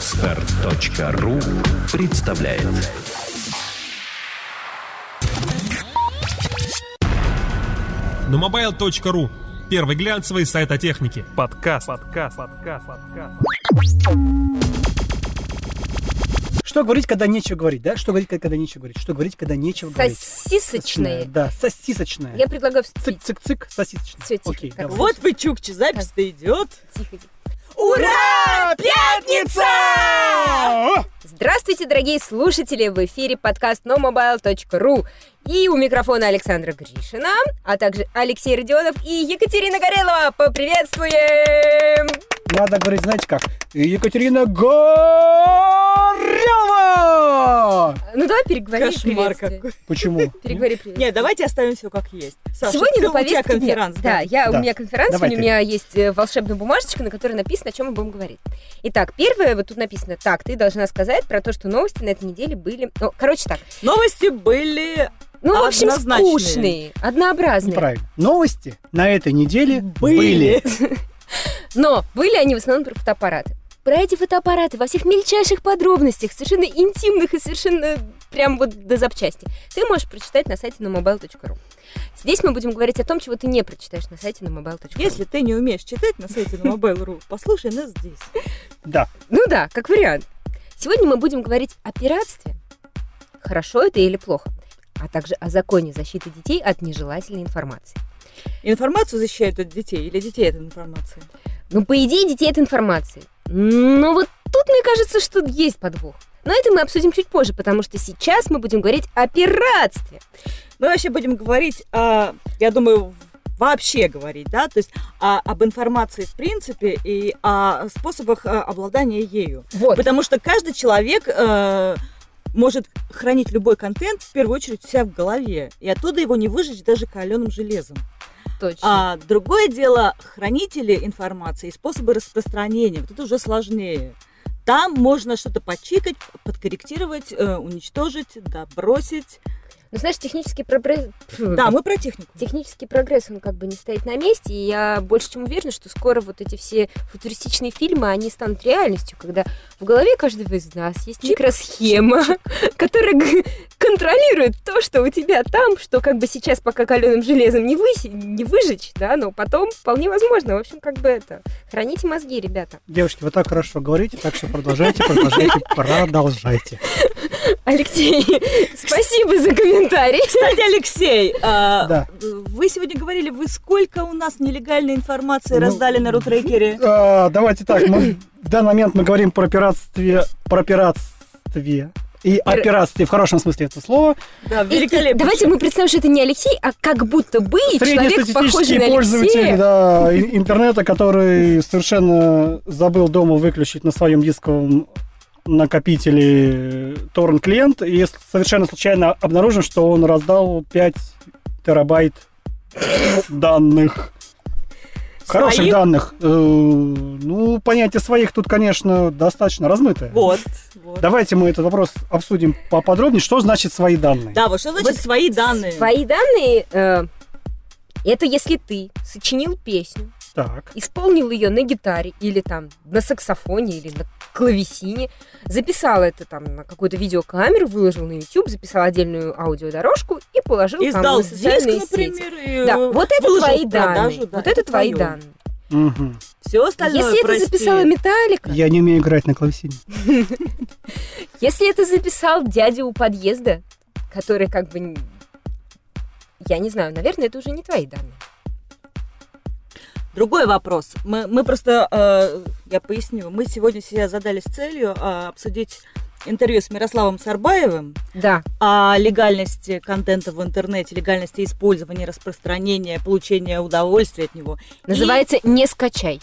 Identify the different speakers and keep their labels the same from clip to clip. Speaker 1: Отстар.ру представляет
Speaker 2: на mobile.ru. Первый глянцевый сайт о технике.
Speaker 3: Подкаст. Подкаст. Подкаст. Подкаст.
Speaker 4: Что говорить, когда нечего говорить, да? Что говорить, когда нечего говорить? Что говорить, когда нечего говорить?
Speaker 5: Сосисочные.
Speaker 4: Да, сосисочная.
Speaker 5: Я предлагаю... вс- Тихо,
Speaker 4: Цик-цик-цик, сосисочная.
Speaker 5: Всё, тихо,
Speaker 4: Окей,
Speaker 5: как
Speaker 4: давай.
Speaker 6: Вот вы, Чукчи, запись-то идет.
Speaker 5: тихо.
Speaker 6: Ура! Пятница!
Speaker 5: Здравствуйте, дорогие слушатели! В эфире подкаст nomobile.ru и у микрофона Александра Гришина, а также Алексей Родионов и Екатерина Горелова. Поприветствуем!
Speaker 4: Надо говорить, знаете как? Екатерина Горева!
Speaker 5: Ну давай переговори
Speaker 6: Кошмар
Speaker 5: приветствие.
Speaker 6: какой.
Speaker 4: Почему?
Speaker 5: Переговори приветствие.
Speaker 6: Нет, давайте оставим все как есть. Саша,
Speaker 5: Сегодня
Speaker 6: ты-
Speaker 5: на
Speaker 6: у тебя
Speaker 5: повестке дня.
Speaker 6: конферанс,
Speaker 5: да. я,
Speaker 4: Да.
Speaker 5: у меня конферанс,
Speaker 4: Давай
Speaker 5: сегодня
Speaker 4: ты.
Speaker 5: у меня есть э, волшебная бумажечка, на которой написано, о чем мы будем говорить. Итак, первое, вот тут написано, так, ты должна сказать про то, что новости на этой неделе были... Ну, короче так,
Speaker 6: Новости были...
Speaker 5: ну, в общем,
Speaker 6: Однозначные. Ну,
Speaker 5: скучные, однообразные.
Speaker 4: Правильно. Новости на этой неделе
Speaker 6: Были.
Speaker 4: были.
Speaker 5: Но были они в основном про фотоаппараты. Про эти фотоаппараты во всех мельчайших подробностях, совершенно интимных и совершенно э, прям вот до запчасти, ты можешь прочитать на сайте на mobile.ru. Здесь мы будем говорить о том, чего ты не прочитаешь на сайте на mobile.ru.
Speaker 6: Если ты не умеешь читать на сайте на Mobile.ru, послушай нас здесь.
Speaker 4: Да.
Speaker 5: Ну да, как вариант. Сегодня мы будем говорить о пиратстве. Хорошо это или плохо? А также о законе защиты детей от нежелательной информации.
Speaker 6: Информацию защищают от детей или детей от информации?
Speaker 5: Ну, по идее, детей от информации. Но вот тут, мне кажется, что есть подвох. Но это мы обсудим чуть позже, потому что сейчас мы будем говорить о пиратстве.
Speaker 6: Мы вообще будем говорить, а, я думаю, вообще говорить, да, то есть а, об информации в принципе и о способах а, обладания ею.
Speaker 5: Вот.
Speaker 6: Потому что каждый человек э, может хранить любой контент, в первую очередь, у себя в голове, и оттуда его не выжечь даже каленым железом.
Speaker 5: Точно.
Speaker 6: А другое дело, хранители информации и способы распространения, вот это уже сложнее. Там можно что-то почикать, подкорректировать, э, уничтожить, добросить.
Speaker 5: Ну, знаешь, технический прогресс...
Speaker 6: Да, мы про технику.
Speaker 5: Технический прогресс, он как бы не стоит на месте, и я больше чем уверена, что скоро вот эти все футуристичные фильмы, они станут реальностью, когда в голове каждого из нас есть
Speaker 6: Чип.
Speaker 5: микросхема, которая г- контролирует то, что у тебя там, что как бы сейчас пока каленым железом не, выси- не выжечь, да, но потом вполне возможно. В общем, как бы это, храните мозги, ребята.
Speaker 4: Девушки, вы так хорошо говорите, так что продолжайте, продолжайте, продолжайте.
Speaker 5: Алексей, спасибо за комментарий.
Speaker 6: Кстати, Алексей, а,
Speaker 4: Да.
Speaker 6: вы сегодня говорили, вы сколько у нас нелегальной информации
Speaker 4: Ну,
Speaker 6: раздали на рутрекере?
Speaker 4: А, Давайте так, мы в данный момент мы говорим про пиратстве, про пиратстве и о
Speaker 5: Пир-
Speaker 4: пиратстве в хорошем смысле этого слова.
Speaker 6: Да,
Speaker 5: И- и
Speaker 6: великолепно.
Speaker 5: Давайте мы представим, что это не Алексей, а как будто бы человек, похожий
Speaker 4: Среднестатистический
Speaker 5: на
Speaker 4: пользователь
Speaker 5: Алексея.
Speaker 4: да, и- интернета, который совершенно забыл дома выключить на своем дисковом накопителе торрент-клиент и с- совершенно случайно обнаружим, что он раздал 5 терабайт данных. Хороших
Speaker 6: Своих?
Speaker 4: данных. Э, ну, понятие своих тут, конечно, достаточно размытое.
Speaker 6: Вот, вот.
Speaker 4: Давайте мы этот вопрос обсудим поподробнее. Что значит свои данные?
Speaker 6: Да, вот что значит
Speaker 5: Вот
Speaker 6: свои данные?
Speaker 5: Свои данные э, это если ты сочинил песню,
Speaker 4: Так.
Speaker 5: исполнил ее на гитаре или там на саксофоне или на клавесине, записал это там на какую-то видеокамеру, выложил на YouTube, записал отдельную аудиодорожку и положил там
Speaker 6: Издал
Speaker 5: на
Speaker 6: диск,
Speaker 5: социальные сети.
Speaker 6: например, и
Speaker 5: Да,
Speaker 6: э,
Speaker 5: вот это
Speaker 6: выложил
Speaker 5: твои
Speaker 6: в продажу,
Speaker 5: данные.
Speaker 6: да,
Speaker 5: вот это твои
Speaker 6: твоё.
Speaker 5: данные.
Speaker 4: Мгм.
Speaker 6: Все остальное,
Speaker 5: Если
Speaker 6: прости.
Speaker 5: это записала Металлика,
Speaker 4: Я не умею играть на клавесине.
Speaker 5: если это записал дядя у подъезда, который как бы... н- Я не знаю, наверное, это уже не твои данные.
Speaker 6: Другой вопрос. Мы, мы просто, э, я поясню, мы сегодня себя задались целью э, обсудить интервью с Мирославом Сарбаевым,
Speaker 5: Да,
Speaker 6: о легальности контента в интернете, легальности использования, распространения, получения удовольствия от него.
Speaker 5: называется «Не скачай».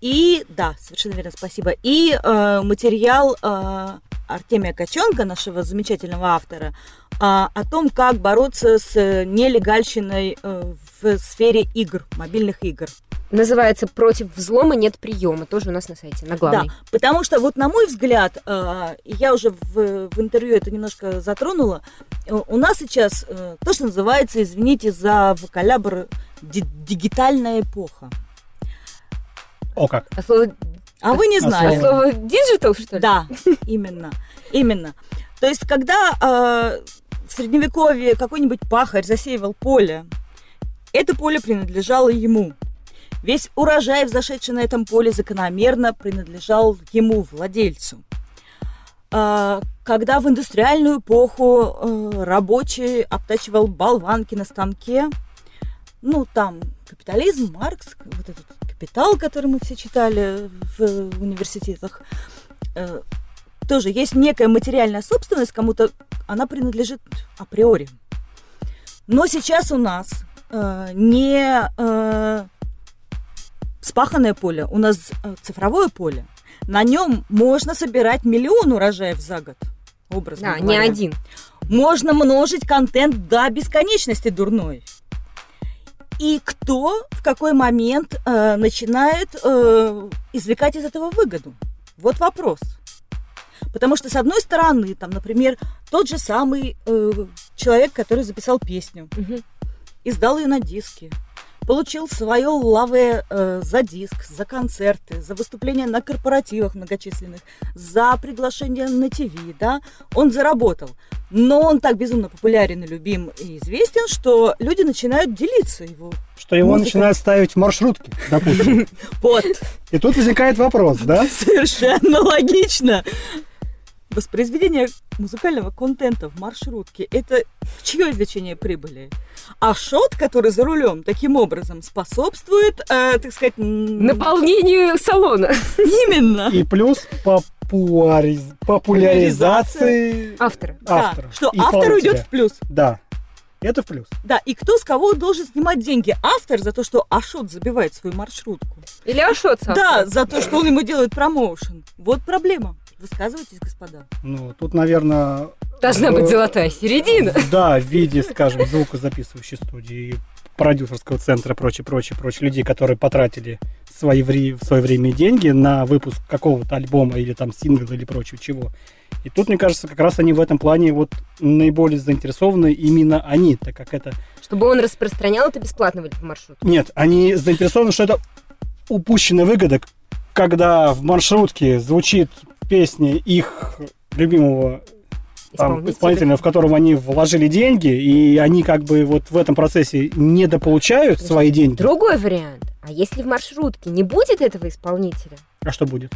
Speaker 6: И, да, совершенно верно, спасибо. И э, материал э, Артемия Коченко, нашего замечательного автора, а, о том, как бороться с э, нелегальщиной э, в сфере игр, мобильных игр.
Speaker 5: Называется «Против взлома нет приема». Тоже у нас на сайте, на главной.
Speaker 6: Да, потому что вот на мой взгляд, э, я уже в, в интервью это немножко затронула, э, у нас сейчас э, то, что называется, извините за вокалябр, ди- дигитальная эпоха.
Speaker 4: О как.
Speaker 5: А слово
Speaker 6: А вы не
Speaker 4: А
Speaker 6: знали.
Speaker 5: А слово диджитал, что ли?
Speaker 6: Да, именно, именно. То есть, когда э, в средневековье какой-нибудь пахарь засеивал поле, это поле принадлежало ему. Весь урожай, взошедший на этом поле, закономерно принадлежал ему, владельцу. Э, когда в индустриальную эпоху э, рабочий обтачивал болванки на станке, ну, там капитализм, Маркс, вот этот капитал, который мы все читали в э, университетах, э, тоже есть некая материальная собственность, кому-то она принадлежит априори. Но сейчас у нас э, не э, спаханное поле, у нас э, цифровое поле. На нем можно собирать миллион урожаев за год. Образно
Speaker 5: Да, не
Speaker 6: говоря.
Speaker 5: один.
Speaker 6: Можно множить контент до бесконечности дурной. И кто в какой момент э, начинает э, извлекать из этого выгоду? Вот вопрос. Потому что, с одной стороны, там, например, тот же самый э, человек, который записал песню,
Speaker 5: Мгм.
Speaker 6: издал ее на диске, получил свое лаве э, за диск, за концерты, за выступления на корпоративах многочисленных, за приглашение на ТВ, да, он заработал. Но он так безумно популярен и любим и известен, что люди начинают делиться его.
Speaker 4: Что его
Speaker 6: Музыка.
Speaker 4: начинают ставить в маршрутки, допустим.
Speaker 6: Вот,
Speaker 4: И тут возникает вопрос, да?
Speaker 6: совершенно логично. Воспроизведение музыкального контента в маршрутке – это чье извлечение прибыли? А шот, который за рулем таким образом способствует, э, так сказать, м,
Speaker 5: Наполнению салона.
Speaker 6: именно
Speaker 4: И плюс попуариз- популяризации
Speaker 5: Автора.
Speaker 6: А, Да,
Speaker 4: автора.
Speaker 6: что
Speaker 4: И
Speaker 6: автор
Speaker 4: исполнителя.
Speaker 6: уйдет в плюс.
Speaker 4: Да. Это в плюс.
Speaker 6: Да, и кто с кого должен снимать деньги? Автор за то, что Ашот забивает свою маршрутку.
Speaker 5: Или Ашот с
Speaker 6: Да,
Speaker 5: автором.
Speaker 6: за то, что он ему делает промоушен. Вот проблема. Высказывайтесь, господа.
Speaker 4: Ну, тут, наверное...
Speaker 5: Должна быть золотая середина.
Speaker 4: Да, в виде, скажем, звукозаписывающей студии, продюсерского центра, прочее, прочее, прочее, людей, которые потратили свои вре- в свое время деньги на выпуск какого-то альбома или там сингла или прочего чего. И тут, мне кажется, как раз они в этом плане вот наиболее заинтересованы именно они, так как это...
Speaker 5: Чтобы он распространял это бесплатно в маршрут.
Speaker 4: Нет, они заинтересованы, что это упущенная выгода, когда в маршрутке звучит песня их любимого там, исполнителя, в котором они вложили деньги, и они как бы вот в этом процессе недополучают свои деньги.
Speaker 5: Другой вариант. А если в маршрутке не будет этого исполнителя,
Speaker 4: А что будет?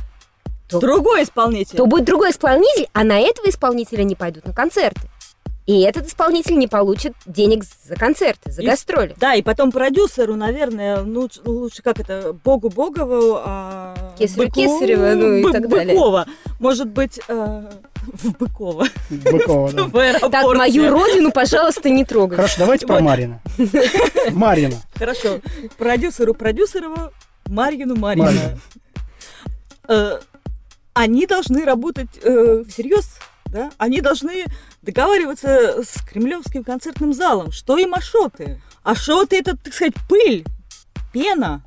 Speaker 5: То-
Speaker 6: Другой исполнитель.
Speaker 5: то будет другой исполнитель, а на этого исполнителя не пойдут на концерты. И этот исполнитель не получит денег за концерты, за
Speaker 6: И-
Speaker 5: гастроли.
Speaker 6: Да, и потом продюсеру, наверное, ну, луч- лучше как это, Богу Богову, а,
Speaker 5: Кесарю Кесарева, ну и
Speaker 6: Бы-
Speaker 5: так далее.
Speaker 6: Быкова. Может быть, э, в Быкова.
Speaker 4: Быкова, да.
Speaker 6: В аэропорте.
Speaker 5: Так, мою родину, пожалуйста, не трогай.
Speaker 4: Хорошо, давайте про
Speaker 6: Вот.
Speaker 4: Марина. Марина.
Speaker 6: Хорошо. Продюсеру Продюсерова, Марьину Марьина.
Speaker 4: Марина.
Speaker 6: Э, Они должны работать э, всерьез, да? Они должны договариваться с кремлевским концертным залом. Что им ашоты? Ашоты это, так сказать, пыль, пена.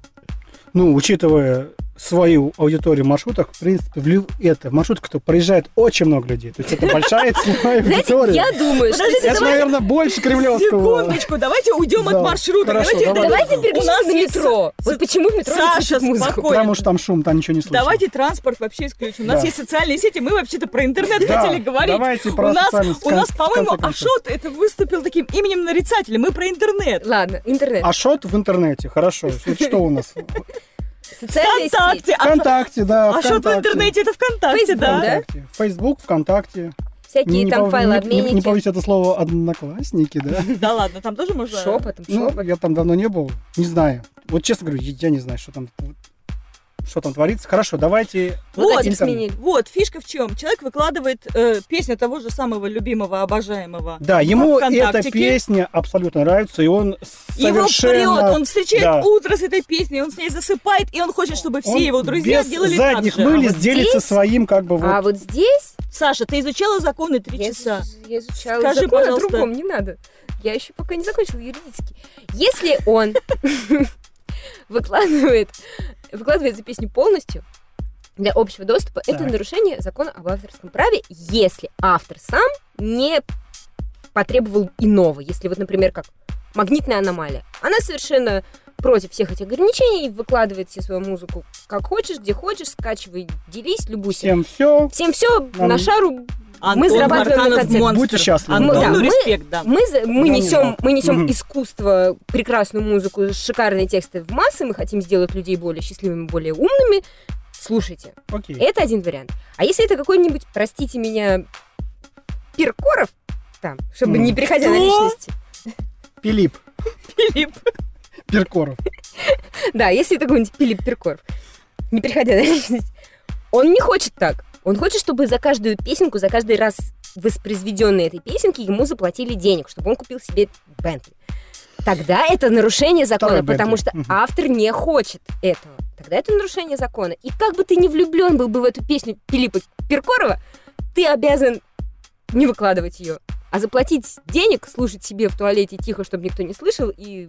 Speaker 4: Ну, учитывая свою аудиторию в маршрутах, в принципе, в лю- это, в маршрутках-то проезжает очень много людей. То есть это большая целевая
Speaker 5: Знаете,
Speaker 4: аудитория.
Speaker 5: я думаю, что...
Speaker 6: Подождите,
Speaker 4: Это,
Speaker 6: давайте-
Speaker 4: наверное, больше кремлевского.
Speaker 6: Секундочку, давайте уйдем от
Speaker 4: Зал.
Speaker 6: маршрута.
Speaker 4: Хорошо,
Speaker 6: давайте,
Speaker 4: давай.
Speaker 5: Давайте
Speaker 6: У нас
Speaker 5: переключимся на
Speaker 6: есть
Speaker 5: метро.
Speaker 6: со-
Speaker 5: Вот почему в метро не
Speaker 6: Саша,
Speaker 5: включают музыку?
Speaker 6: спокойно.
Speaker 4: Потому что там шум, там ничего не слышно.
Speaker 6: Давайте транспорт вообще исключим. У нас
Speaker 4: Да.
Speaker 6: есть социальные сети, мы вообще-то про интернет
Speaker 4: Да,
Speaker 6: хотели говорить.
Speaker 4: Давайте про
Speaker 6: У нас,
Speaker 4: социальность
Speaker 6: у
Speaker 4: в кон-
Speaker 6: нас,
Speaker 4: в
Speaker 6: по-моему,
Speaker 4: конце концов.
Speaker 6: Ашот это выступил таким именем нарицателя. Мы про интернет.
Speaker 5: Ладно, интернет.
Speaker 4: Ашот А в интернете, хорошо. Это Что у нас?
Speaker 5: Социальные сети.
Speaker 6: ВКонтакте. Ашот-
Speaker 4: ВКонтакте, да.
Speaker 6: Ашот а в
Speaker 4: ВКонтакте.
Speaker 6: интернете это ВКонтакте,
Speaker 5: Facebook,
Speaker 6: да?
Speaker 5: да?
Speaker 4: ВКонтакте. Facebook, ВКонтакте.
Speaker 5: Всякие
Speaker 4: пов-
Speaker 5: там
Speaker 4: не- Не, не
Speaker 5: файлообменники.
Speaker 4: повторюсь это слово одноклассники, да?
Speaker 6: Да ладно, там тоже можно.
Speaker 5: Шепотом,
Speaker 4: Ну,
Speaker 5: шепотом.
Speaker 4: я там давно не был, не знаю. Вот честно говорю, я я не знаю, что там что там творится. Хорошо, давайте.
Speaker 5: Вот
Speaker 6: Вот,
Speaker 5: этим
Speaker 4: интернет.
Speaker 5: сменили.
Speaker 6: Вот, фишка в чем. Человек выкладывает э, песню того же самого любимого, обожаемого.
Speaker 4: Да, ему эта
Speaker 6: ВКонтактике.
Speaker 4: песня абсолютно нравится, и он
Speaker 6: Его вперед,
Speaker 4: совершенно
Speaker 6: он встречает
Speaker 4: да.
Speaker 6: утро с этой песней, он с ней засыпает, и он хочет, чтобы все
Speaker 4: он
Speaker 6: его друзья
Speaker 4: без
Speaker 6: делали
Speaker 4: задних
Speaker 6: так же.
Speaker 4: мылись,
Speaker 5: вот
Speaker 4: делится
Speaker 5: здесь-
Speaker 4: своим как бы
Speaker 5: А
Speaker 4: вот.
Speaker 5: вот здесь
Speaker 6: Саша, ты изучала законы три
Speaker 5: я,
Speaker 6: часа.
Speaker 5: изуч- я изучала
Speaker 6: Скажи,
Speaker 5: закон о
Speaker 6: пожалуйста.
Speaker 5: другом, не надо. Я еще пока не закончила юридически. Если он выкладывает, выкладывает эту песню полностью для общего доступа, это
Speaker 4: Так.
Speaker 5: нарушение закона об авторском праве, если автор сам не потребовал иного. Если вот, например, как магнитная аномалия. Она совершенно против всех этих ограничений, выкладывай все свою музыку как хочешь, где хочешь, скачивай, делись, любуйся.
Speaker 4: Всем все.
Speaker 5: Всем все, на шару
Speaker 6: Антон
Speaker 5: зарабатываем на
Speaker 6: Вартанов
Speaker 5: концерте.
Speaker 6: монстр.
Speaker 4: Будьте счастливы.
Speaker 6: Антону
Speaker 5: Да, мы-
Speaker 6: респект, да.
Speaker 5: мы, за- мы
Speaker 4: Я не
Speaker 5: несем,
Speaker 4: знал.
Speaker 5: мы несем
Speaker 4: Мгм.
Speaker 5: искусство, прекрасную музыку, шикарные тексты в массы, мы хотим сделать людей более счастливыми, более умными. Слушайте,
Speaker 4: Окей.
Speaker 5: это один вариант. А если это какой-нибудь, простите меня, Киркоров, там, чтобы
Speaker 4: Мгм.
Speaker 5: не переходя на
Speaker 6: Кто?
Speaker 5: личности.
Speaker 4: Пилип
Speaker 5: Пилип.
Speaker 4: Перкоров.
Speaker 5: Да, если это какой-нибудь Пилип Киркоров, не переходя на личность, он не хочет так. Он хочет, чтобы за каждую песенку, за каждый раз воспроизведенной этой песенки ему заплатили денег, чтобы он купил себе Бентли. Тогда это нарушение закона,
Speaker 4: Второй Бентли.
Speaker 5: потому что
Speaker 4: Мгм.
Speaker 5: автор не хочет этого. Тогда это нарушение закона. И как бы ты ни влюблен был бы в эту песню Пилипа Киркорова, ты обязан не выкладывать ее, а заплатить денег, слушать себе в туалете тихо, чтобы никто не слышал, и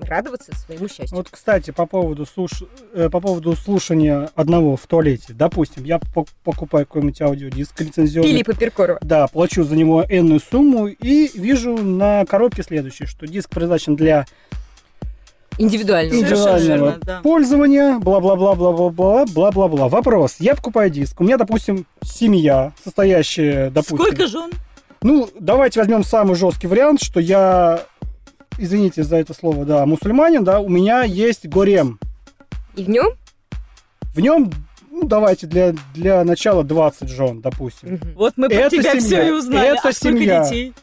Speaker 5: радоваться своему счастью.
Speaker 4: Вот, кстати, по поводу, суш... э, по поводу слушания одного в туалете. Допустим, я по- покупаю какой-нибудь аудиодиск лицензионный.
Speaker 5: Пилипа Киркорова.
Speaker 4: Да, плачу за него энную сумму и вижу на коробке следующее, что диск предназначен для
Speaker 5: Индивидуального.
Speaker 6: Индивидуального. Совершенно
Speaker 4: индивидуального
Speaker 6: верно, да.
Speaker 4: пользования, бла-бла-бла-бла-бла-бла, бла-бла-бла. Вопрос. Я покупаю диск. У меня, допустим, семья, состоящая, допустим...
Speaker 6: Сколько жен?
Speaker 4: Ну, давайте возьмем самый жесткий вариант, что я, извините за это слово, да, мусульманин, да, у меня есть горем.
Speaker 5: И в нем?
Speaker 4: В нем, ну, давайте для, для начала 20 жен, допустим.
Speaker 6: Вот мы про
Speaker 4: Это
Speaker 6: тебя
Speaker 4: семья.
Speaker 6: все и узнали.
Speaker 4: Это
Speaker 6: а сколько
Speaker 4: семья.
Speaker 6: детей?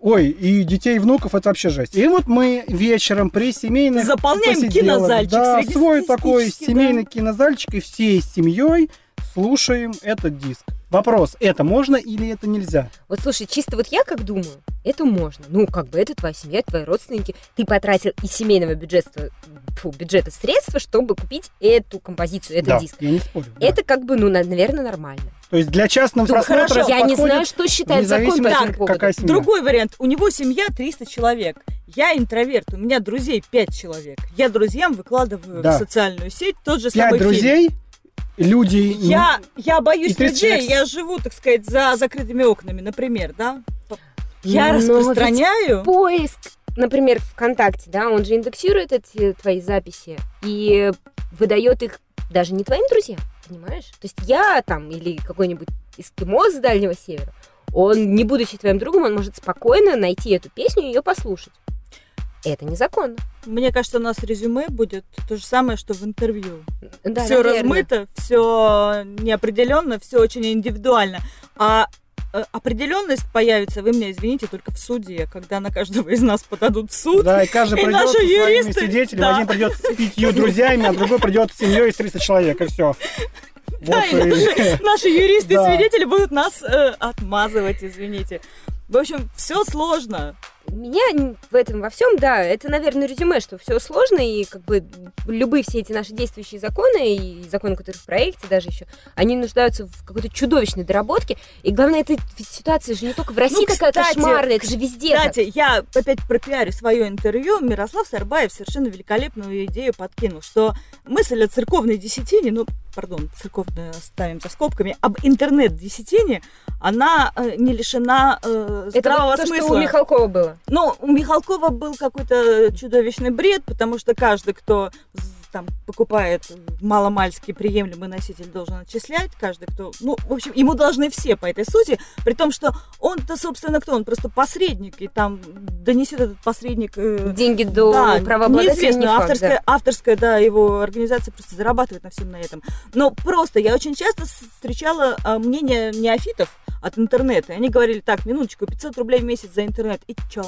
Speaker 4: Ой, и детей и внуков это вообще жесть. И вот мы вечером при семейных
Speaker 6: Заполняем
Speaker 4: посиделках,
Speaker 6: кинозальчик
Speaker 4: Да,
Speaker 6: среднестатистический,
Speaker 4: свой такой
Speaker 6: да.
Speaker 4: семейный кинозальчик, и всей семьей слушаем этот диск. Вопрос, это можно или это нельзя?
Speaker 5: Вот слушай, чисто вот я как думаю, это можно. Ну, как бы это твоя семья, твои родственники. Ты потратил из семейного бюджета, фу, бюджета средства, чтобы купить эту композицию, этот
Speaker 4: да,
Speaker 5: диск.
Speaker 4: я не спорю. да.
Speaker 5: Это как бы, ну, наверное, нормально.
Speaker 4: То есть для частного
Speaker 6: Ну,
Speaker 4: просмотра
Speaker 6: хорошо,
Speaker 5: Я не
Speaker 4: подходит
Speaker 5: знаю, что считает
Speaker 4: вне
Speaker 5: закон по
Speaker 4: зависимости,
Speaker 5: этому поводу.
Speaker 4: какая семья.
Speaker 6: Другой вариант. У него семья 300 человек. Я интроверт, у меня друзей 5 человек. Я друзьям выкладываю
Speaker 4: Да.
Speaker 6: в социальную сеть тот же
Speaker 4: Пять
Speaker 6: самый фильм.
Speaker 4: друзей, люди...
Speaker 6: Я, я
Speaker 4: Ну, И
Speaker 6: боюсь
Speaker 4: 30
Speaker 6: людей,
Speaker 4: человек.
Speaker 6: я живу, так сказать, за закрытыми окнами, например, да?
Speaker 4: Ну,
Speaker 6: Я
Speaker 5: Но ведь
Speaker 6: распространяю.
Speaker 5: Поиск, например, ВКонтакте, да, он же индексирует эти твои записи и выдает их даже не твоим друзьям, понимаешь? То есть я там или какой-нибудь эскимос с Дальнего Севера, он, не будучи твоим другом, он может спокойно найти эту песню и ее послушать. Это незаконно.
Speaker 6: Мне кажется, у нас резюме будет то же самое, что в интервью.
Speaker 5: Да,
Speaker 6: все
Speaker 5: наверное.
Speaker 6: размыто, все неопределенно, все очень индивидуально. А э, определенность появится, вы меня извините, только в суде, когда на каждого из нас подадут в суд.
Speaker 4: Да, и каждый
Speaker 6: И
Speaker 4: придет
Speaker 6: наши
Speaker 4: со своими
Speaker 6: юристы,
Speaker 4: свидетелями.
Speaker 6: да.
Speaker 4: Один придет с пятью друзьями, а другой придет с семьей из 300 человек, и все.
Speaker 6: Да, и наши, наши юристы и
Speaker 4: Да.
Speaker 6: свидетели будут нас э, отмазывать, извините. В общем, все сложно.
Speaker 5: Меня н- в этом во всем, да, это, наверное, резюме, что все сложно, и как бы любые все эти наши действующие законы, и законы, которые в проекте даже еще, они нуждаются в какой-то чудовищной доработке. И главное, эта ведь ситуация же не только в России такая
Speaker 6: Ну, кстати,
Speaker 5: кошмарная, это же везде. так.
Speaker 6: Кстати, я опять пропиарю свое интервью. Мирослав Сарбаев совершенно великолепную идею подкинул, что мысль о церковной десятине, ну, пардон, церковную ставим за скобками, об интернет-десятине, она э, не лишена э,
Speaker 5: это
Speaker 6: здравого
Speaker 5: вот то,
Speaker 6: смысла.
Speaker 5: что у Михалкова было.
Speaker 6: Но Ну, у Михалкова был какой-то чудовищный бред, потому что каждый, кто з- там покупает маломальский приемлемый носитель, должен отчислять. Каждый, кто... Ну, в общем, ему должны все по этой сути. При том, что он-то, собственно, кто? Он просто посредник. И там донесет этот посредник... э,
Speaker 5: Деньги до
Speaker 6: да,
Speaker 5: правообладателя не
Speaker 6: неизвестно,
Speaker 5: факт,
Speaker 6: авторская,
Speaker 5: да.
Speaker 6: авторская, да, его организация просто зарабатывает на всем на этом. Но просто я очень часто с- встречала а, мнение неофитов от интернета. И Они говорили, так, минуточку, 500 рублей в месяц за интернет. И чё?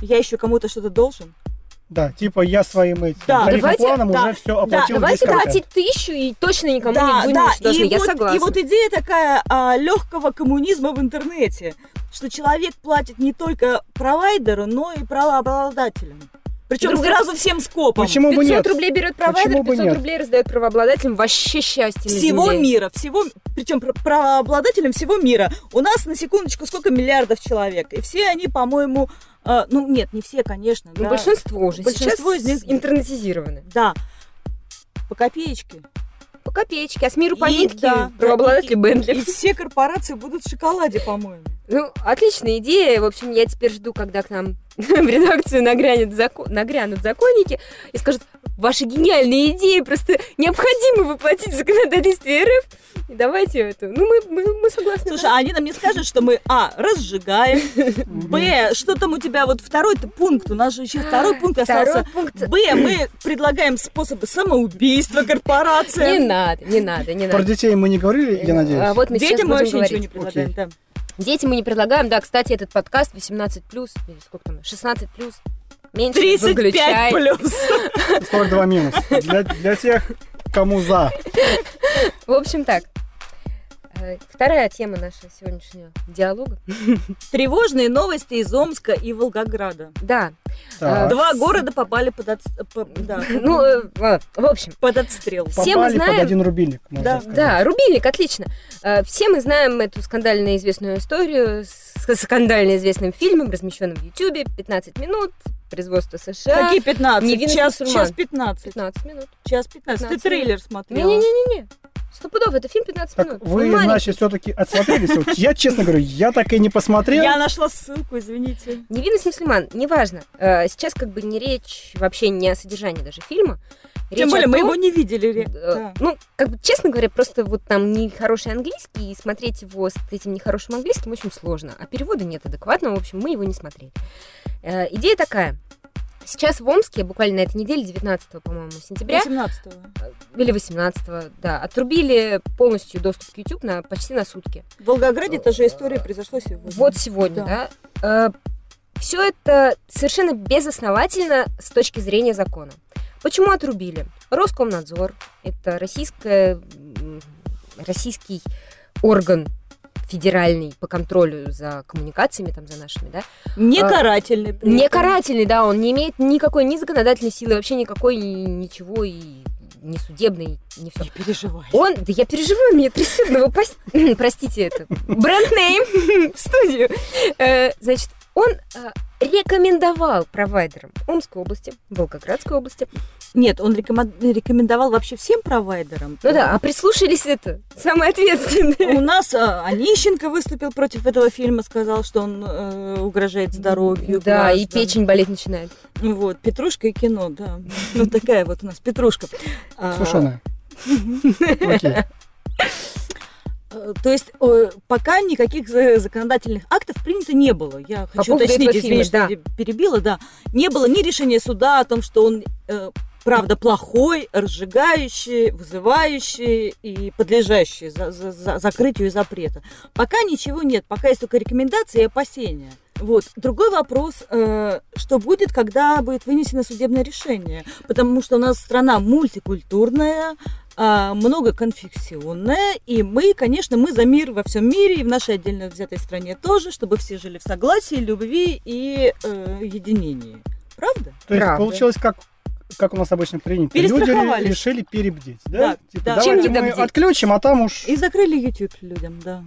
Speaker 6: Я еще кому-то что-то должен?
Speaker 4: Да, типа я своим этим.
Speaker 6: Да.
Speaker 4: тарифным
Speaker 5: Давайте-
Speaker 4: планом
Speaker 6: да,
Speaker 4: уже все оплатил.
Speaker 5: Давайте
Speaker 4: дисконтент.
Speaker 5: платить тысячу и точно никому не будем что должны.
Speaker 6: и
Speaker 5: Я
Speaker 6: вот,
Speaker 5: согласна.
Speaker 6: И вот идея такая легкого коммунизма в интернете, что человек платит не только провайдеру, но и правообладателям. Причем
Speaker 5: Друг-
Speaker 6: сразу всем скопом.
Speaker 4: Почему бы
Speaker 5: 500
Speaker 4: нет?
Speaker 5: рублей берет провайдер,
Speaker 4: Почему бы
Speaker 5: 500
Speaker 4: нет?
Speaker 5: рублей раздает правообладателям. Вообще счастье на
Speaker 6: Всего
Speaker 5: земле.
Speaker 6: мира, всего, причем про- правообладателям всего мира. У нас на секундочку сколько миллиардов человек, и все они, по-моему, э, ну нет, не все, конечно,
Speaker 5: Ну,
Speaker 6: да.
Speaker 5: большинство уже.
Speaker 6: Большинство
Speaker 5: Сейчас
Speaker 6: из них-
Speaker 5: интернетизированы.
Speaker 6: да, по копеечке.
Speaker 5: По копеечке, а с миру по
Speaker 6: И,
Speaker 5: нитке.
Speaker 6: да, да,
Speaker 5: правообладатели
Speaker 6: и-
Speaker 5: Бентли.
Speaker 6: И все корпорации будут в шоколаде, по-моему.
Speaker 5: Ну, отличная идея. В общем, я теперь жду, когда к нам в редакцию нагрянет зако- нагрянут законники и скажут, ваши гениальные идеи просто необходимо воплотить в законодательстве РФ. И давайте это. Ну, мы, мы, мы согласны.
Speaker 6: Слушай, а они нам не скажут, что мы, а, разжигаем, б, что там у тебя, вот второй-то пункт, у нас же еще второй пункт
Speaker 5: Второй
Speaker 6: остался.
Speaker 5: пункт.
Speaker 6: Б, мы предлагаем способы самоубийства
Speaker 5: Не
Speaker 6: корпорациям.
Speaker 5: надо, не надо, не
Speaker 4: Про
Speaker 5: надо.
Speaker 4: детей мы не говорили, я надеюсь.
Speaker 5: А вот мы сейчас
Speaker 6: Детям мы
Speaker 5: будем
Speaker 6: вообще ничего
Speaker 5: говорить.
Speaker 6: не предлагаем. да.
Speaker 5: Детям мы не предлагаем. Да, кстати, этот подкаст 18 плюс, или сколько там, 16 плюс. Меньше выключай.
Speaker 6: 35 плюс.
Speaker 4: 42 минус. Для, для тех, кому
Speaker 5: А,
Speaker 4: за.
Speaker 5: В общем так. Э, Вторая тема нашего сегодняшнего диалога.
Speaker 6: Тревожные новости из Омска и Волгограда.
Speaker 5: Да.
Speaker 4: Так.
Speaker 6: Два города попали под, отс- по- да,
Speaker 5: Ну, э, ладно, в общем,
Speaker 6: под отстрел.
Speaker 5: все
Speaker 4: Попали
Speaker 5: мы
Speaker 4: под
Speaker 5: знаем-
Speaker 4: один рубильник, можно
Speaker 6: Да.
Speaker 4: сказать.
Speaker 5: да, рубильник, отлично. Э, Все мы знаем эту скандально известную историю с скандально известным фильмом, размещенным в Ютубе, 15 минут, производство США.
Speaker 6: Какие 15?
Speaker 5: невинных
Speaker 6: Час,
Speaker 5: мусульман.
Speaker 6: час 15.
Speaker 5: 15 минут.
Speaker 6: Час 15. Ты
Speaker 5: 15.
Speaker 6: трейлер смотрела.
Speaker 5: Не-не-не-не. Стопудов, это фильм 15
Speaker 4: Так
Speaker 5: минут.
Speaker 4: вы,
Speaker 5: Он Ну, маленький.
Speaker 4: значит, все-таки отсмотрелись. Вот я, честно говорю, я так и не посмотрел.
Speaker 6: Я нашла ссылку, извините.
Speaker 5: Невинность мусульман, неважно. Э, Сейчас как бы не речь вообще не о содержании даже фильма. Речь
Speaker 6: Тем более
Speaker 5: о
Speaker 6: мы
Speaker 5: том,
Speaker 6: его не видели.
Speaker 5: э,
Speaker 6: Ре- да.
Speaker 5: Ну, как бы, честно говоря, просто вот там нехороший английский, и смотреть его с этим нехорошим английским очень сложно. А перевода нет адекватного, в общем, мы его не смотрели. Э, Идея такая. Сейчас в Омске, буквально на этой неделе, 19, по-моему, сентября,
Speaker 6: 18-го.
Speaker 5: или 18, да, отрубили полностью доступ к YouTube на, почти на сутки.
Speaker 6: В Волгограде та же история произошла сегодня.
Speaker 5: Вот сегодня, да. все это совершенно безосновательно с точки зрения закона. Почему отрубили? Роскомнадзор – это российская, м, российский орган федеральный по контролю за коммуникациями, там, за нашими, да,
Speaker 6: Не
Speaker 5: А,
Speaker 6: карательный. при
Speaker 5: не
Speaker 6: этом.
Speaker 5: карательный, да, он не имеет никакой ни законодательной силы, вообще никакой ни- ничего, и не судебный, не все.
Speaker 6: Не переживай.
Speaker 5: Он, да я переживаю, меня трясет, но вы пос- простите это, бренд-нейм в студию. Э, Значит, он э, рекомендовал провайдерам Омской области, Волгоградской области.
Speaker 6: Нет, он рекомен- рекомендовал вообще всем провайдерам.
Speaker 5: Ну да, а прислушались это, самые ответственные.
Speaker 6: У нас а, Онищенко выступил против этого фильма, сказал, что он э, угрожает здоровью.
Speaker 5: Да, и
Speaker 6: граждан.
Speaker 5: печень болеть начинает.
Speaker 6: Вот, Петрушка и кино, да. Ну, такая вот у нас Петрушка. А,
Speaker 4: Сушеная. Окей.
Speaker 6: э, То есть э, пока никаких за- законодательных актов принято не было. Я хочу
Speaker 5: поводу
Speaker 6: уточнить,
Speaker 5: этого фильма,
Speaker 6: извини, что
Speaker 5: да.
Speaker 6: я перебила, да. Не было ни решения суда о том, что он э, правда плохой, разжигающий, вызывающий и подлежащий за- за- за- закрытию и запрета. Пока ничего нет, пока есть только рекомендации и опасения. Вот. Другой вопрос, э, что будет, когда будет вынесено судебное решение? Потому что у нас страна мультикультурная, а, многоконфессионная, и мы, конечно, мы за мир во всем мире и в нашей отдельно взятой стране тоже, чтобы все жили в согласии, любви и э, единении. Правда?
Speaker 4: То есть
Speaker 5: Правда.
Speaker 4: получилось как как у нас обычно принято. Люди
Speaker 6: Перестраховались.
Speaker 4: ре- решили перебдеть, да? Типа,
Speaker 6: Да, да.
Speaker 4: давайте
Speaker 5: Чем не
Speaker 4: мы
Speaker 5: добдеть?
Speaker 4: отключим, а там уж
Speaker 6: И закрыли YouTube людям, да.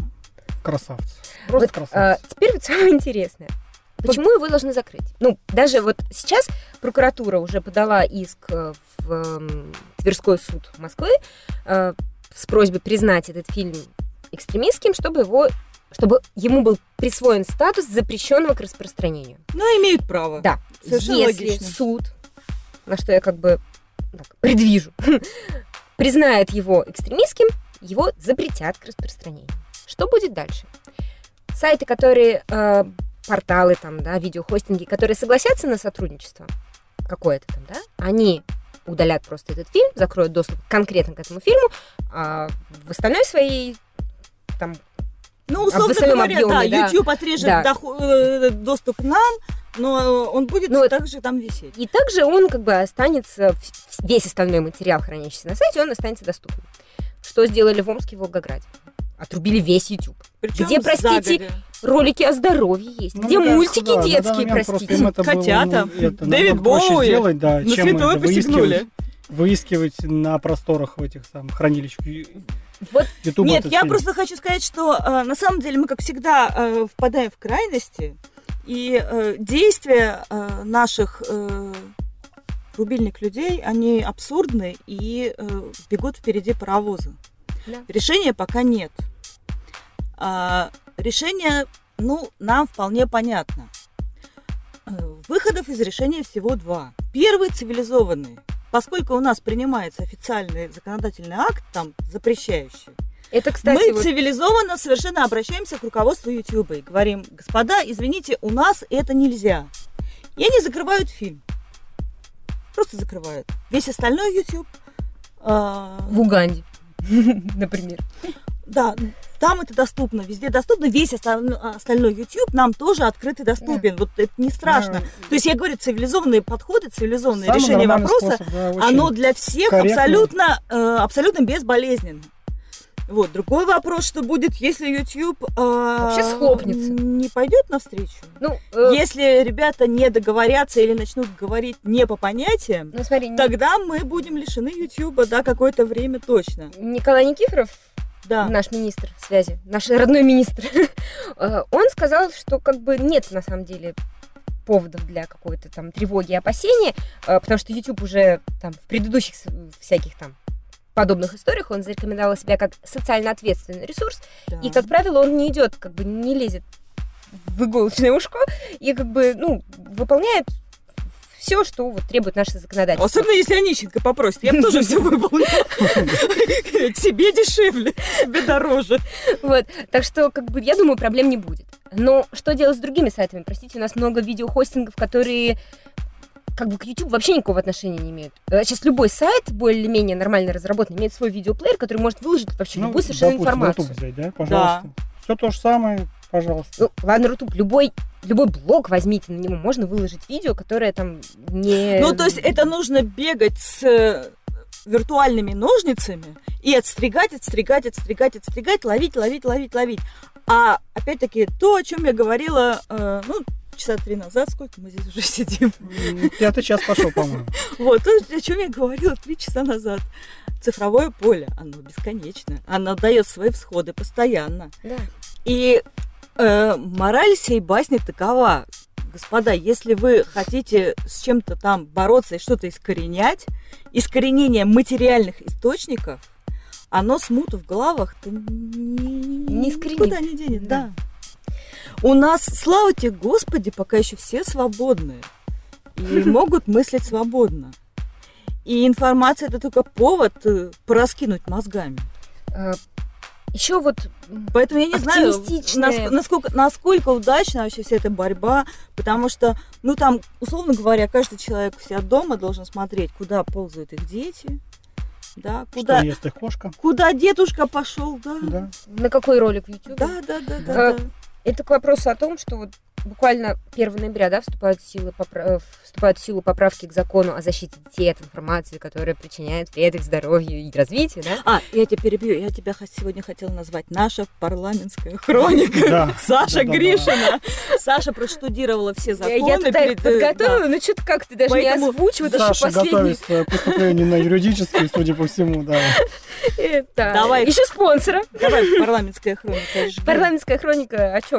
Speaker 4: красавцы. Просто
Speaker 5: Вот, а,
Speaker 4: красавцы.
Speaker 5: теперь вот самое интересное. Почему его должны закрыть? Ну, даже вот сейчас прокуратура уже подала иск э, в эм, Тверской суд Москвы э, с просьбой признать этот фильм экстремистским, чтобы его чтобы ему был присвоен статус запрещенного к распространению.
Speaker 6: Но Ну, имеют право.
Speaker 5: Да.
Speaker 6: Совершенно
Speaker 5: Если
Speaker 6: логично.
Speaker 5: суд, на что я как бы так, предвижу, признает его экстремистским, его запретят к распространению. Что будет дальше? Сайты, которые э, порталы там, да, видеохостинги, которые согласятся на сотрудничество какое-то там, да, они удалят просто этот фильм, закроют доступ конкретно к этому фильму, а в остальной своей там
Speaker 6: Ну,
Speaker 5: А в
Speaker 6: условно
Speaker 5: своем
Speaker 6: говоря,
Speaker 5: объеме,
Speaker 6: да,
Speaker 5: да.
Speaker 6: YouTube отрежет
Speaker 5: Да.
Speaker 6: доход- э, доступ к нам, но он будет
Speaker 5: Ну, это-
Speaker 6: также там висеть.
Speaker 5: И также он как бы останется, в- весь остальной материал, хранящийся на сайте, он останется доступным. Что сделали в Омске и Волгограде? Отрубили весь YouTube.
Speaker 6: Причем
Speaker 5: Где, простите,
Speaker 6: загодя.
Speaker 5: ролики о здоровье есть,
Speaker 4: Ну,
Speaker 5: где
Speaker 4: мне кажется,
Speaker 5: мультики
Speaker 4: да, на данный
Speaker 5: детские,
Speaker 4: момент просто им
Speaker 5: простите.
Speaker 4: это было,
Speaker 6: Котята.
Speaker 4: ну, это
Speaker 6: Дэвид
Speaker 4: намного проще
Speaker 6: Боуи.
Speaker 4: сделать, да,
Speaker 6: На
Speaker 4: А чем
Speaker 6: святое
Speaker 4: это
Speaker 6: посягнули.
Speaker 4: выискивать, выискивать на просторах в этих самых хранилищ Ю-
Speaker 5: Вот
Speaker 4: Ютуба.
Speaker 6: Нет,
Speaker 4: этот
Speaker 6: я
Speaker 4: фильм.
Speaker 6: просто хочу сказать, что э, на самом деле мы, как всегда, э, впадаем в крайности, и э, действия э, наших э, рубильных людей, они абсурдны и э, бегут впереди паровоза.
Speaker 5: Да.
Speaker 6: Решения пока нет. А, решение ну, нам вполне понятно. Э, Выходов из решения всего два. Первый – цивилизованный. Поскольку у нас принимается официальный законодательный акт, там, запрещающий,
Speaker 5: Это, кстати,
Speaker 6: мы
Speaker 5: вот-
Speaker 6: цивилизованно совершенно обращаемся к руководству Ютьюба и говорим, господа, извините, у нас это нельзя. И они закрывают фильм. Просто закрывают. Весь остальной YouTube, э,
Speaker 5: в Уганде, например.
Speaker 6: да, там это доступно, везде доступно, весь остальной, остальной YouTube нам тоже открыт и доступен. Вот это не страшно. То есть я говорю, цивилизованные подходы, цивилизованные
Speaker 4: ну, Самый
Speaker 6: решения
Speaker 4: нормальный
Speaker 6: вопроса,
Speaker 4: способ, да, очень.
Speaker 6: оно для всех
Speaker 4: корректно.
Speaker 6: абсолютно, э, абсолютно безболезненно. Вот, другой вопрос, что будет, если YouTube э,
Speaker 5: Вообще схлопнется.
Speaker 6: не пойдет навстречу?
Speaker 5: Ну, э,
Speaker 6: Если ребята не договорятся или начнут говорить не по понятиям,
Speaker 5: ну смотри, Ни-
Speaker 6: тогда мы будем лишены YouTube, да, какое-то время точно.
Speaker 5: Николай Никифоров,
Speaker 6: Да.
Speaker 5: наш министр связи, наш родной министр, э, он сказал, что как бы нет на самом деле поводов для какой-то там тревоги и опасения, э, потому что YouTube уже там в предыдущих с- всяких там подобных историях он зарекомендовал себя как социально ответственный ресурс,
Speaker 6: да.
Speaker 5: И, как правило, он не идет, как бы не лезет в иголочное ушко и как бы, ну, выполняет все, что вот требует наше законодательство.
Speaker 6: Особенно если Онищенко попросит. Я бы тоже все выполнила. Тебе дешевле, тебе дороже.
Speaker 5: Вот. Так что, как бы, я думаю, проблем не будет. Но что делать с другими сайтами? Простите, у нас много видеохостингов, которые как бы к YouTube вообще никакого отношения не имеют. Э, Сейчас любой сайт, более-менее нормально разработанный, имеет свой видеоплеер, который может выложить вообще
Speaker 4: Ну,
Speaker 5: любую совершенно
Speaker 4: допустим,
Speaker 5: информацию.
Speaker 4: YouTube взять, да, пожалуйста. Все то же самое, пожалуйста.
Speaker 5: Ну, ладно, Рутуб, любой, любой блог возьмите, на него можно выложить видео, которое там не...
Speaker 6: Ну, то есть это нужно бегать с э, виртуальными ножницами и отстригать, отстригать, отстригать, отстригать, ловить, ловить, ловить, ловить. А опять-таки то, о чем я говорила, э, ну, часа три назад, сколько мы здесь уже сидим,
Speaker 4: М, Пятый час пошел, по-моему.
Speaker 6: Вот, то, о чем я говорила три часа назад. Цифровое поле, оно бесконечно. Оно дает свои всходы постоянно.
Speaker 5: Да.
Speaker 6: И э, мораль сей басни такова. Господа, если вы хотите с чем-то там бороться и что-то искоренять, искоренение материальных источников, оно смуту в головах-то
Speaker 5: Не
Speaker 6: не
Speaker 5: искоренит.
Speaker 6: никуда не денет.
Speaker 5: Да.
Speaker 6: Да. У нас, слава тебе, Господи, пока еще все свободные и могут мыслить свободно. И информация это только повод э, пораскинуть мозгами.
Speaker 5: Еще А, вот м,
Speaker 6: Поэтому я не знаю,
Speaker 5: Оптимистичная.
Speaker 6: нас- насколько, насколько удачна вообще вся эта борьба, потому что, ну там, условно говоря, каждый человек у себя дома должен смотреть, куда ползают их дети, да,
Speaker 4: Что
Speaker 6: куда,
Speaker 4: ест их кошка?
Speaker 6: куда дедушка пошел, да.
Speaker 4: Да.
Speaker 5: на какой ролик в YouTube?
Speaker 6: Да, да, да, да,
Speaker 5: Э,
Speaker 6: да.
Speaker 5: Это к вопросу о том, что вот буквально 1 ноября да, вступают, в силы попра- э, вступают в силу поправки к закону о защите детей от информации, которая причиняет вред их здоровью и развитию, да?
Speaker 6: А, я тебя перебью, я тебя хо- сегодня хотела назвать наша парламентская хроника.
Speaker 4: Да. Да,
Speaker 6: Саша
Speaker 4: да, да.
Speaker 6: Гришина. Саша проштудировала все
Speaker 5: Я,
Speaker 6: законы.
Speaker 5: я туда
Speaker 6: перед,
Speaker 5: их
Speaker 6: э,
Speaker 5: подготовила, но что-то как ты даже не
Speaker 6: Поэтому
Speaker 5: озвучиваешь, даже
Speaker 4: Саша
Speaker 5: последний.
Speaker 4: готовится к поступлению на юридический, судя по всему, да.
Speaker 5: Это...
Speaker 6: Давай.
Speaker 5: Еще спонсора.
Speaker 6: да. Давай парламентская хроника. жги.
Speaker 5: Парламентская хроника о чем?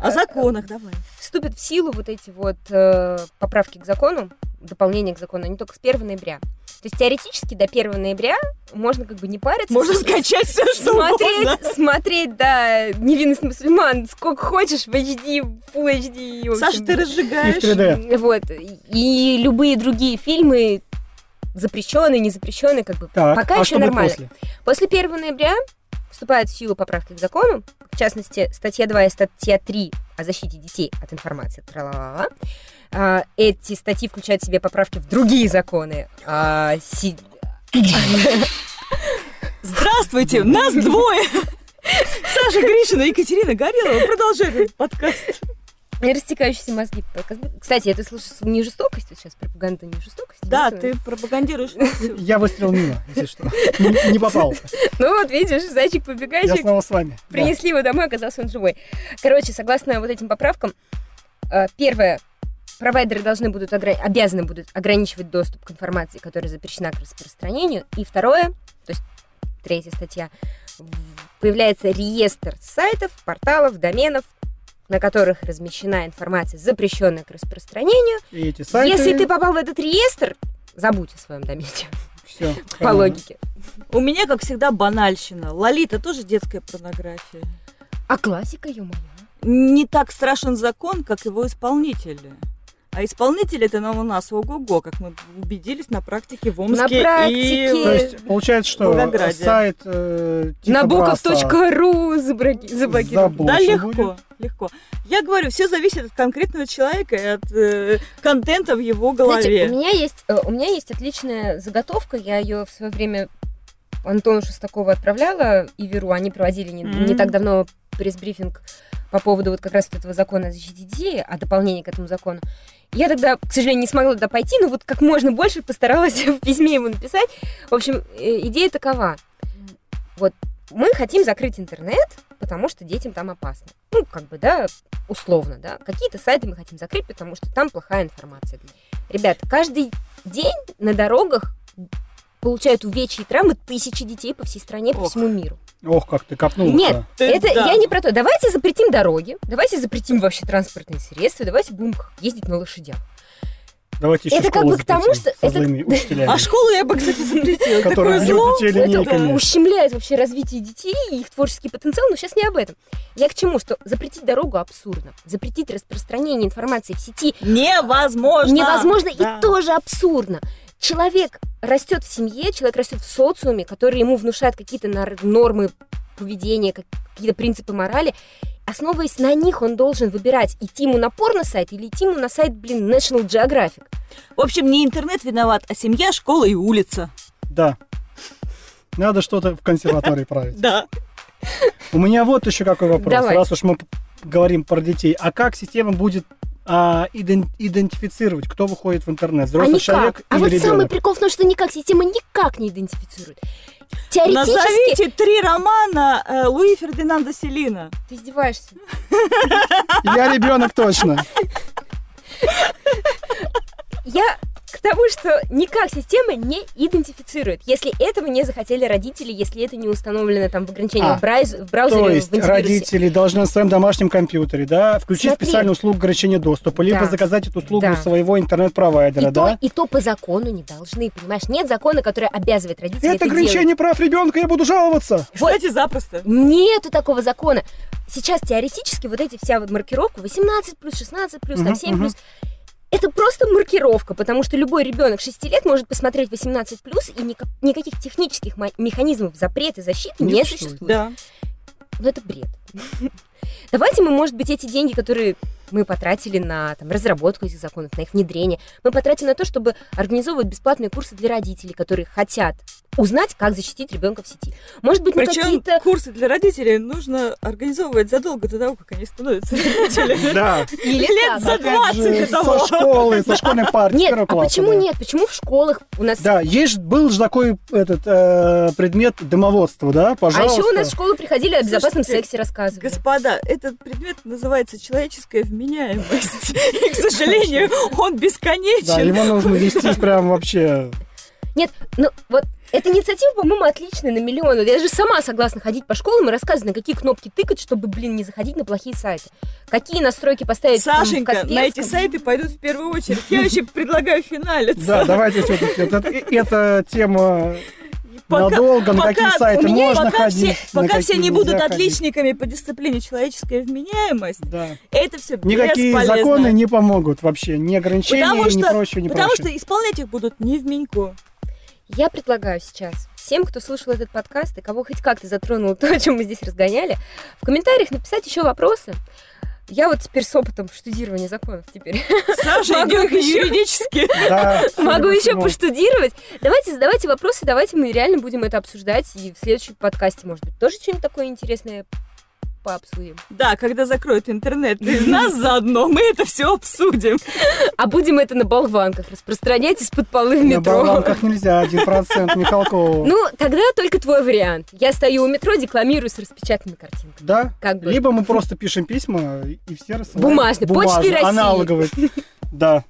Speaker 6: О законах давай.
Speaker 5: вступят в силу вот эти вот э, поправки к закону, дополнения к закону, они только с 1 ноября. То есть теоретически до 1 ноября можно как бы не париться.
Speaker 6: Можно скачать все, что угодно.
Speaker 5: Смотреть, смотреть, да, «Невинность мусульман», сколько хочешь, в HD, Full HD. в общем.
Speaker 6: Саша, ты
Speaker 4: И в
Speaker 6: разжигаешь.
Speaker 4: 3D.
Speaker 5: Вот, и любые другие фильмы, запрещенные, незапрещенные, как бы,
Speaker 4: Так,
Speaker 5: пока
Speaker 4: а
Speaker 5: еще
Speaker 4: что будет
Speaker 5: нормально.
Speaker 4: после?
Speaker 5: После 1 ноября вступают в силу поправки к закону, в частности, статья 2 и статья 3 о защите детей от информации. Тра-ла-ла-ла. А, Эти статьи включают в себе поправки в другие законы. А, си-
Speaker 6: Здравствуйте, нас двое. Саша Гришина и Екатерина Горелова. Продолжаем этот подкаст.
Speaker 5: Растекающиеся мозги. Кстати, это слушай, с- не жестокостью сейчас, пропаганда не жестокость.
Speaker 6: Да,
Speaker 5: действительно.
Speaker 6: ты пропагандируешь.
Speaker 4: Я выстрел мимо, если что. Не не попал.
Speaker 5: Ну вот видишь,
Speaker 4: Я
Speaker 5: зайчик-побегайчик.
Speaker 4: снова с вами. Да.
Speaker 5: Принесли его домой, оказался он живой. Короче, согласно вот этим поправкам, э, первое, провайдеры должны будут огра- обязаны будут ограничивать доступ к информации, которая запрещена к распространению. И второе, то есть третья статья, в- появляется реестр сайтов, порталов, доменов, на которых размещена информация, запрещенная к распространению.
Speaker 4: И эти сайты.
Speaker 5: Если ты попал в этот реестр, забудь о своем домене,
Speaker 4: Все.
Speaker 5: по логике.
Speaker 6: У меня, как всегда, банальщина. Лолита тоже детская порнография.
Speaker 5: А классика, ё-моё.
Speaker 6: не так страшен закон, как его исполнители. А исполнители это нам у нас ого-го, как мы убедились на практике в Омске. и-
Speaker 5: практике.
Speaker 4: То есть получается, что
Speaker 6: Волгограде.
Speaker 4: сайт э, Тита Браса
Speaker 5: Набоков.ру забраки- заблокирован.
Speaker 4: заблочен
Speaker 6: Да, легко,
Speaker 4: будет.
Speaker 6: легко. Я говорю, все зависит от конкретного человека и от э, контента в его
Speaker 5: Знаете,
Speaker 6: голове.
Speaker 5: у меня есть, э, у меня есть отличная заготовка. Я ее в свое время Антону Шестакову отправляла и Веру. Они проводили не, не
Speaker 6: Мгм.
Speaker 5: так давно пресс-брифинг по поводу вот как раз вот этого закона о защите детей, о дополнении к этому закону. Я тогда, к сожалению, не смогла туда пойти, но вот как можно больше постаралась в письме ему написать. В общем, э, идея такова. Вот мы хотим закрыть интернет, потому что детям там опасно. Ну, как бы, да, условно, да. Какие-то сайты мы хотим закрыть, потому что там плохая информация. для них. Ребят, каждый день на дорогах получают увечья и травмы тысячи детей по всей стране, по
Speaker 6: Ох.
Speaker 5: всему миру.
Speaker 4: Ох, как ты копнул.
Speaker 5: Нет,
Speaker 6: Ты
Speaker 5: это
Speaker 6: да.
Speaker 5: я не про то. Давайте запретим дороги, давайте запретим вообще транспортные средства, давайте будем ездить на лошадях.
Speaker 4: Давайте еще
Speaker 5: это как
Speaker 4: школу
Speaker 5: бы к тому,
Speaker 4: запретим
Speaker 5: что
Speaker 4: со
Speaker 5: это-
Speaker 4: злыми учителями.
Speaker 6: А школу я бы, кстати, запретила.
Speaker 4: Которые
Speaker 6: Такое
Speaker 4: бьют
Speaker 6: зло.
Speaker 4: детей
Speaker 5: это
Speaker 4: линейками.
Speaker 5: ущемляет вообще развитие детей и их творческий потенциал, но сейчас не об этом. Я к чему? Что запретить дорогу абсурдно. Запретить распространение информации в сети
Speaker 6: Невозможно.
Speaker 5: невозможно
Speaker 6: Да.
Speaker 5: и тоже абсурдно. Человек растет в семье, человек растет в социуме, который ему внушает какие-то нар- нормы поведения, как- какие-то принципы морали. Основываясь на них, он должен выбирать, идти ему на порно-сайт или идти ему на сайт, блин, National Geographic.
Speaker 6: В общем, не интернет виноват, а семья, школа и улица.
Speaker 4: Да. Надо что-то в консерватории править.
Speaker 6: Да.
Speaker 4: У меня вот еще какой вопрос.
Speaker 5: Давай.
Speaker 4: Раз уж мы п- говорим про детей, а как система будет а, иден- идентифицировать, кто выходит в интернет,
Speaker 5: а
Speaker 4: взрослый
Speaker 5: никак.
Speaker 4: человек
Speaker 5: а
Speaker 4: или
Speaker 5: вот
Speaker 4: ребенок?
Speaker 5: самый прикол в том, что никак система никак не идентифицирует. Теоретически...
Speaker 6: Назовите три романа э, Луи Фердинанда Селина.
Speaker 5: Ты издеваешься.
Speaker 4: Я ребенок точно.
Speaker 5: Я к тому, что никак система не идентифицирует, если этого не захотели родители, если это не установлено там в ограничении
Speaker 4: А,
Speaker 5: в, брайз- в браузере,
Speaker 4: То есть
Speaker 5: в антивирусе.
Speaker 4: родители должны на своем домашнем компьютере, да, включить
Speaker 5: Смотри.
Speaker 4: специальную услугу ограничения доступа, либо
Speaker 5: Да.
Speaker 4: заказать эту услугу
Speaker 5: Да.
Speaker 4: у своего
Speaker 5: И,
Speaker 4: интернет-провайдера, да?
Speaker 5: то, и то по закону не должны, понимаешь? Нет закона, который обязывает родителей
Speaker 4: Это
Speaker 5: это,
Speaker 4: ограничение прав ребенка, я буду жаловаться.
Speaker 6: Кстати, запросто.
Speaker 5: делать. Нету такого закона. Сейчас теоретически вот эти вся вот маркировка 18 плюс, 16 плюс, там
Speaker 4: Мгм,
Speaker 5: 7
Speaker 4: мгм.
Speaker 5: плюс, это просто маркировка, потому что любой ребенок 6 лет может посмотреть 18 плюс, и ника- никаких технических ма- механизмов запрета и защиты
Speaker 4: Не
Speaker 5: не
Speaker 4: существует.
Speaker 5: существует.
Speaker 6: Да.
Speaker 5: Ну, это бред. Давайте мы, может быть, эти деньги, которые мы потратили на там, разработку этих законов, на их внедрение, мы потратим на то, чтобы организовывать бесплатные курсы для родителей, которые хотят узнать, как защитить ребенка в сети. Может быть, мы
Speaker 6: Причем
Speaker 5: какие-то...
Speaker 6: курсы для родителей нужно организовывать задолго до того, как они становятся родителями.
Speaker 4: Да.
Speaker 5: Или
Speaker 6: Лет
Speaker 5: как?
Speaker 6: за 20 до
Speaker 4: Же
Speaker 6: того.
Speaker 4: Со школы, со школьной партии, с
Speaker 5: Нет,
Speaker 4: первого
Speaker 5: а
Speaker 4: класса.
Speaker 5: почему
Speaker 4: да.
Speaker 5: нет? Почему в школах у нас...
Speaker 4: Да, есть ж- был же такой этот э, предмет домоводства, да,
Speaker 5: а
Speaker 4: пожалуйста.
Speaker 5: еще у нас в школу приходили о безопасном
Speaker 6: Слушайте,
Speaker 5: сексе рассказывали.
Speaker 6: Господа, этот предмет называется человеческая вменяемость. И, к сожалению, он
Speaker 4: Да,
Speaker 6: бесконечен.
Speaker 4: его нужно вести прям вообще.
Speaker 5: Нет, ну вот эта инициатива, по-моему, отличная на миллион. Вот Я же сама согласна ходить по школам и рассказывать, на какие кнопки тыкать, чтобы, блин, не заходить на плохие сайты. Какие настройки поставить там, в
Speaker 6: Сашенька, на эти
Speaker 5: Касперском.
Speaker 6: сайты пойдут в первую очередь. Я еще предлагаю финалиться.
Speaker 4: Да, давайте все-таки. Это, это тема
Speaker 6: Пока-
Speaker 4: надолго, на
Speaker 6: пока
Speaker 4: какие
Speaker 6: у
Speaker 4: сайты
Speaker 6: меня
Speaker 4: можно
Speaker 6: пока
Speaker 4: ходить.
Speaker 6: Все,
Speaker 4: на
Speaker 6: пока все
Speaker 4: какие
Speaker 6: не
Speaker 4: нельзя
Speaker 6: будут
Speaker 4: ходить.
Speaker 6: отличниками по дисциплине человеческая вменяемость,
Speaker 4: Да.
Speaker 6: это все
Speaker 4: Никакие
Speaker 6: бесполезно.
Speaker 4: законы не помогут вообще. Ни ограничения,
Speaker 6: Потому
Speaker 4: ни
Speaker 6: что-
Speaker 4: прочего, ни
Speaker 6: Потому
Speaker 4: прочего.
Speaker 6: что исполнять их будут не в Миньку.
Speaker 5: Я предлагаю сейчас всем, кто слушал этот подкаст и кого хоть как-то затронуло то, о чем мы здесь разгоняли, в комментариях написать еще вопросы. Я вот теперь с опытом штудирования законов теперь
Speaker 6: Саша
Speaker 5: Могу
Speaker 6: идет
Speaker 5: их еще-
Speaker 6: юридически.
Speaker 4: Да, судя
Speaker 5: могу
Speaker 4: по
Speaker 5: еще
Speaker 4: всему.
Speaker 5: поштудировать. Давайте задавайте вопросы, давайте мы реально будем это обсуждать. И в следующем подкасте, может быть, тоже что-нибудь такое интересное пообсудим.
Speaker 6: Да, когда закроют интернет из нас заодно, мы это все обсудим.
Speaker 5: А будем это на болванках распространять из-под полы в
Speaker 4: На
Speaker 5: метро.
Speaker 4: баланках нельзя, 1% Михалкова.
Speaker 5: Ну, тогда только твой вариант. Я стою у метро, декламирую с распечатанными картинками.
Speaker 4: Да,
Speaker 5: Как бы.
Speaker 4: Либо мы просто пишем письма и все рассылаем.
Speaker 5: Бумажные,
Speaker 4: Бумажные,
Speaker 5: Почты России.
Speaker 4: Аналоговые. Да.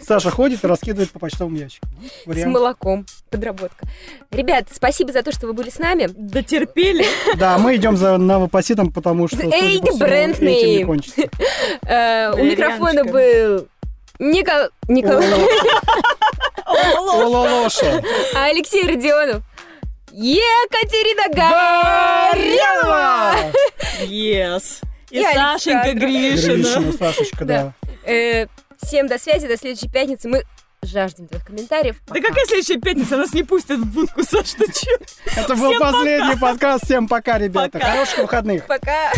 Speaker 4: Саша ходит и раскидывает по почтовым ящикам. Ну,
Speaker 5: С
Speaker 4: Вариант.
Speaker 5: молоком. Подработка. Ребят, спасибо за то, что вы были с нами.
Speaker 6: Дотерпели.
Speaker 4: Да, мы идем за новопоситом, потому что,
Speaker 5: Эй,
Speaker 4: судя по
Speaker 5: ты
Speaker 4: всему,
Speaker 5: бренд
Speaker 4: этим не
Speaker 5: name.
Speaker 4: кончится.
Speaker 5: Э, У
Speaker 6: Валерьяночка.
Speaker 5: микрофона был Никол... Николай...
Speaker 4: Ололоша.
Speaker 5: А Алексей Родионов. Екатерина Горелова!
Speaker 6: Yes.
Speaker 5: И
Speaker 6: Сашенька
Speaker 5: Александра.
Speaker 6: Гришина.
Speaker 4: Гришина, Сашечка, да.
Speaker 5: Э, Всем до связи, до следующей пятницы. Мы жаждем твоих комментариев.
Speaker 6: Да какая следующая пятница? Нас не пустят в будку, Саш, ты чё?
Speaker 4: Это был
Speaker 6: Всем
Speaker 4: последний подкаст. Всем пока, ребята.
Speaker 6: Пока.
Speaker 4: Хороших выходных.
Speaker 5: Пока.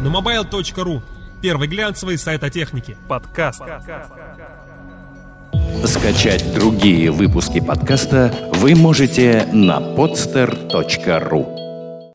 Speaker 2: На mobile.ru первый глянцевый сайт о технике.
Speaker 3: Подкаст.
Speaker 1: Скачать другие выпуски подкаста вы можете на podster.ru